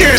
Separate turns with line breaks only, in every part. your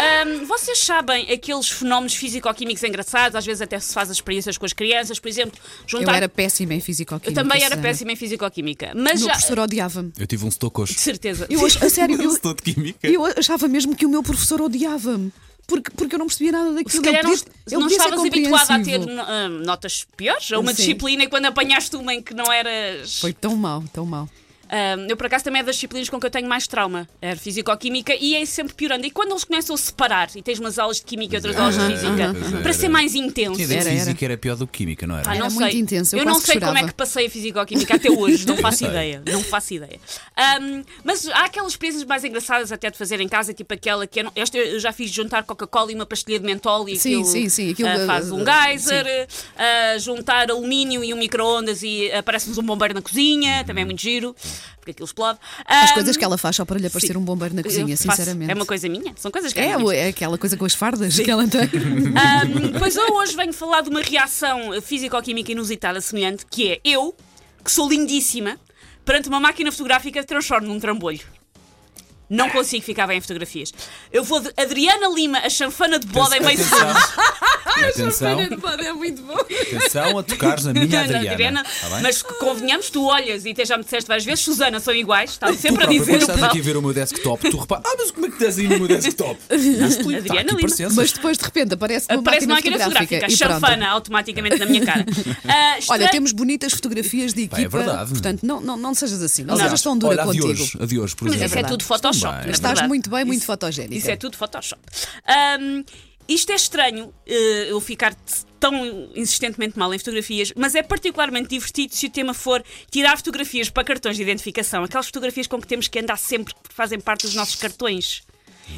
Ahm, vocês sabem aqueles fenómenos físico-químicos engraçados? Às vezes até se faz as experiências com as crianças, por exemplo,
Eu
juntar.
era péssima em fisicoquímica.
Tá. Eu também era
Susana.
péssima em físico-química,
O
mas
meu
já.
professor odiava-me.
Eu tive um
De
stokos.
certeza.
Eu, ach- a sério, eu,
Estou Um de química.
eu achava mesmo que o meu professor odiava-me. Porque, porque eu não percebia nada daquilo.
Se calhar
eu
não,
podia- eu
não
podia ser
estavas habituada a ter
compreensivo.
ah, notas piores a uma
Sim.
disciplina e quando apanhaste uma em que não eras.
Foi tão mal, tão mal.
Ah, eu, por acaso, também é das disciplinas com que eu tenho mais trauma. Era fisicoquímica e é sempre piorando. E quando eles começam a separar e tens umas aulas de química e outras aulas de
Aham,
física,
pois é,
para
era.
ser mais intenso.
Tinha
Era,
ideia que
era.
é física era pior do que química, não era?
Ah, não
Era
sei.
muito intenso, eu
não
quase
sei
que chorava.
como é que passei a fisicoquímica até hoje, não faço
sei.
ideia, não faço ideia. Ahm, mas há aquelas experiências mais engraçadas até de fazer em casa, tipo aquela que eu, não- esta eu já fiz juntar Coca-Cola e uma pastilha de mentol e
Sim,
aquilo,
sim, sim, aquilo,
ah, faz
ah,
um
ah,
geyser, ah, juntar alumínio e um micro-ondas e aparece-nos um bombeiro na cozinha, também é muito giro, porque aquilo explode.
As
Ahm,
coisas que ela faz só para lhe aparecer
sim.
um bombeiro na
eu
cozinha,
faço.
sinceramente.
É uma coisa minha, são coisas que
É,
minhas.
o- é aquela coisa com as fardas que ela tem.
Ahm, pois eu hoje venho falar de uma reação físico-química inusitada semelhante, que é eu, que sou lindíssima, perante uma máquina fotográfica transformo num trambolho. Não consigo ficar bem em fotografias. Eu vou de Adriana Lima, a chanfana de boda em meio segundo.
Atenção,
é muito bom.
atenção a tocares na minha
Adriana,
Adriana. Tá bem?
mas convenhamos, tu olhas e até já me disseste várias vezes, Susana, são iguais, estás
Tu
sempre a
próprio,
dizer
quando
o
estás aqui a
que
ver o meu desktop, tu reparas. Ah, mas como é que tens aí no meu desktop? Eu explico, tá
Adriana
aqui
Lima.
parecenças.
Mas depois de repente aparece uma
Aparece uma
máquina,
máquina fotográfica,
e pronto.
chanfana automaticamente na minha cara. Ah,
Olha,
estranho-
temos bonitas fotografias de equipa.
Pá, é verdade.
Portanto, não, não, não sejas assim. Não,
Aliás,
sejas tão dura
olha, a de
contigo.
hoje, a de hoje, por
Mas isso
exemplo.
é tudo
Estão
Photoshop.
bem.
na
Estás
verdade.
muito bem, muito
Isso-
fotogénica.
Isso é tudo Photoshop. Ahm, isto é estranho, eh, eu ficar t- tão insistentemente mal em fotografias, mas é particularmente divertido se o tema for tirar fotografias para cartões de identificação, aquelas fotografias com que temos que andar sempre, que fazem parte dos nossos cartões.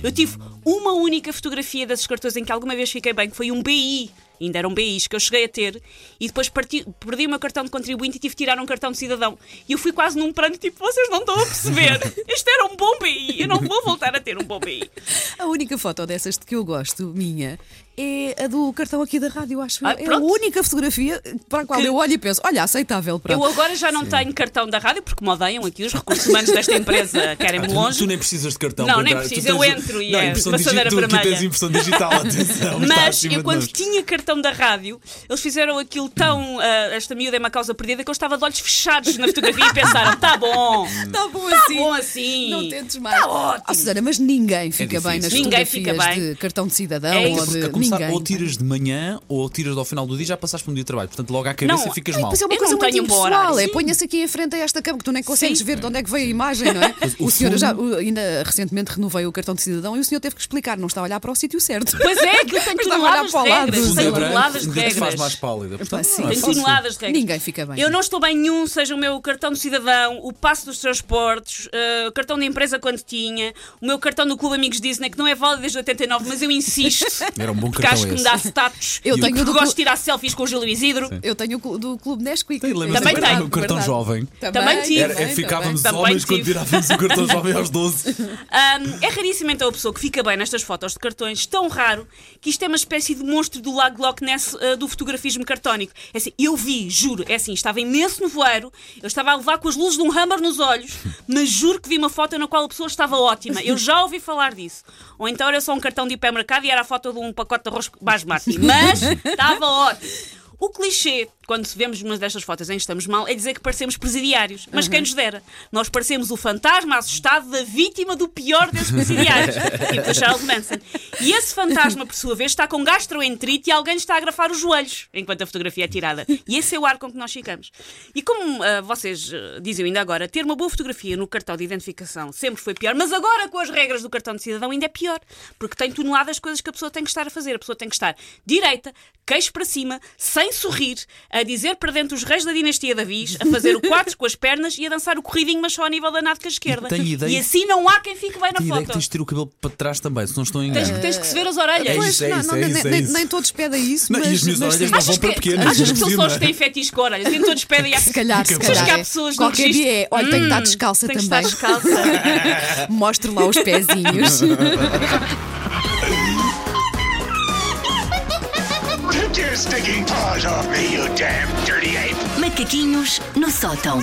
Eu tive uma única fotografia desses cartões em que alguma vez fiquei bem, que foi um BI. Ainda eram BIs que eu cheguei a ter e depois parti- perdi o meu cartão de contribuinte e tive que tirar um cartão de cidadão. E eu fui quase num pranto, tipo, vocês não estão a perceber. Isto era um bom BI, eu não vou voltar a ter um bom BI.
A única foto dessas de que eu gosto, minha, é a do cartão aqui da rádio, acho eu.
Ah,
é a
pronto.
única fotografia para a qual
Que-
eu olho e penso, olha, aceitável.
Eu
Pronto.
agora já não tenho cartão da rádio porque me odeiam aqui os recursos humanos desta empresa, querem-me
Tu-
é longe.
Tu, nem precisas de cartão.
Não,
para
nem
entrar. Tu
preciso, eu
tens-
entro e
não,
é
impressão
passadeira
digital. Tu aqui
vermelha.
tens impressão digital, atenção. está
Mas
acima
eu
de
quando
nós.
tinha cartão da rádio, eles fizeram aquilo tão. ah, esta miúda é uma causa perdida que eu estava de olhos fechados na fotografia e pensaram: tá bom,
Está bom
tá bom assim.
Não tentes mais. Está ótimo. Susana, mas ninguém fica bem nas
É difícil.
Ninguém fica
fotografias
bem.
de cartão de cidadão
É
ou
isso.
de
A começar,
ninguém.
ou tiras de manhã ou tiras ao final do dia já passaste por um dia de trabalho. Portanto, logo à cabeça
Não,
ficas
Ai,
mal.
Pois é uma
Eu
coisa
não
muito
tenho um bom
impessoal.
horário,
É
sim.
ponha-se aqui em frente a esta cama que tu nem consegues
Sim.
ver de onde é que veio a imagem, não é?
o
O senhor
fundo-
já o- ainda recentemente renovei o cartão de cidadão e o senhor teve que explicar, não está a olhar para o sítio certo.
Pois é, aquilo tem
Mas estava a
toneladas
olhar
de
para o lado.
regras,
Tudo
Fundo é
tem
branco,
toneladas de
ainda te faz
regras.
mais pálida. Portanto,
sim.
não é
Tem
fácil.
toneladas de regras.
Ninguém fica bem.
Eu não estou bem nenhum, seja o meu cartão de cidadão, o passo dos transportes, eh, o cartão da empresa quando tinha, o meu cartão do Clube Amigos Disney, que não é válido desde 89, mas eu insisto.
Era um bom
porque
cartão
acho que me
esse.
dá status.
é Eu
e
tenho
porque
do
gosto
Clu-
de tirar selfies com o Gil Luís Hidro.
Eu tenho o cu- do Clube Nesquik.
Tem, lembras-te
Também
do
tenho.
cartão- cartão jovem?
Também tive.
Era, é,
também.
ficávamos
Também
homens quando
tive.
tirávamos o cartão jovem aos 12.
Ahm, é raríssimo então a pessoa que fica bem nestas fotos de cartões, tão raro que isto é uma espécie de monstro do Lago Loch Ness ah, do fotografismo cartónico. É assim, eu vi, juro, é assim, estava imenso no voeiro, eu estava a levar com as luzes de um hammer nos olhos, mas juro que vi uma foto na qual a pessoa estava ótima. Eu já ouvi falar disso. Ou então era só um cartão de hipermercado e era a foto de um pacote de arroz basmati, mas estava ótimo. Tá O clichê, quando vemos uma destas fotos em que estamos mal, é dizer que parecemos presidiários. Mas quem nos dera? Nós parecemos o fantasma assustado da vítima do pior desses presidiários, tipo o Charles Manson. E esse fantasma, por sua vez, está com gastroenterite e alguém lhe está a agrafar os joelhos enquanto a fotografia é tirada. E esse é o ar com que nós ficamos. E como ah, vocês ah, dizem ainda agora, ter uma boa fotografia no cartão de identificação sempre foi pior, mas agora com as regras do cartão de cidadão ainda é pior, porque tem toneladas de coisas que a pessoa tem que estar a fazer. A pessoa tem que estar direita, queixo para cima, sem sorrir, a dizer para dentro os reis da dinastia da Viz, a fazer o quatro com as pernas e a dançar o corridinho, mas só ao nível da nádega esquerda.
tenho ideia
E
que-
assim não há quem fique bem na
Tenho ideia
foto.
que tens de ter o cabelo para trás também, se não estou em
Tens,
engano.
tens que se ver as orelhas.
É
Pois,
isso, é
não,
isso,
não,
é
nem-
isso, é
nem-
isso.
Nem todos pedem isso,
Não, e as
mas
minhas
mas
orelhas
sim.
não
Achas
vão para
que,
pequenas,
achas que
ainda por
eles só os
cima.
têm fetiches com orelhas? Nem todos pedem
Se calhar, se
Mas
calhar.
que há
é.
pessoas no
Qualquer
registro. Hum.
dia é, olha, tem que estar descalça
Tem que estar
também.
descalça.
Mostre lá os pezinhos.
Take your stinking paws off me, you damn dirty ape!
Macaquinhos no sótão.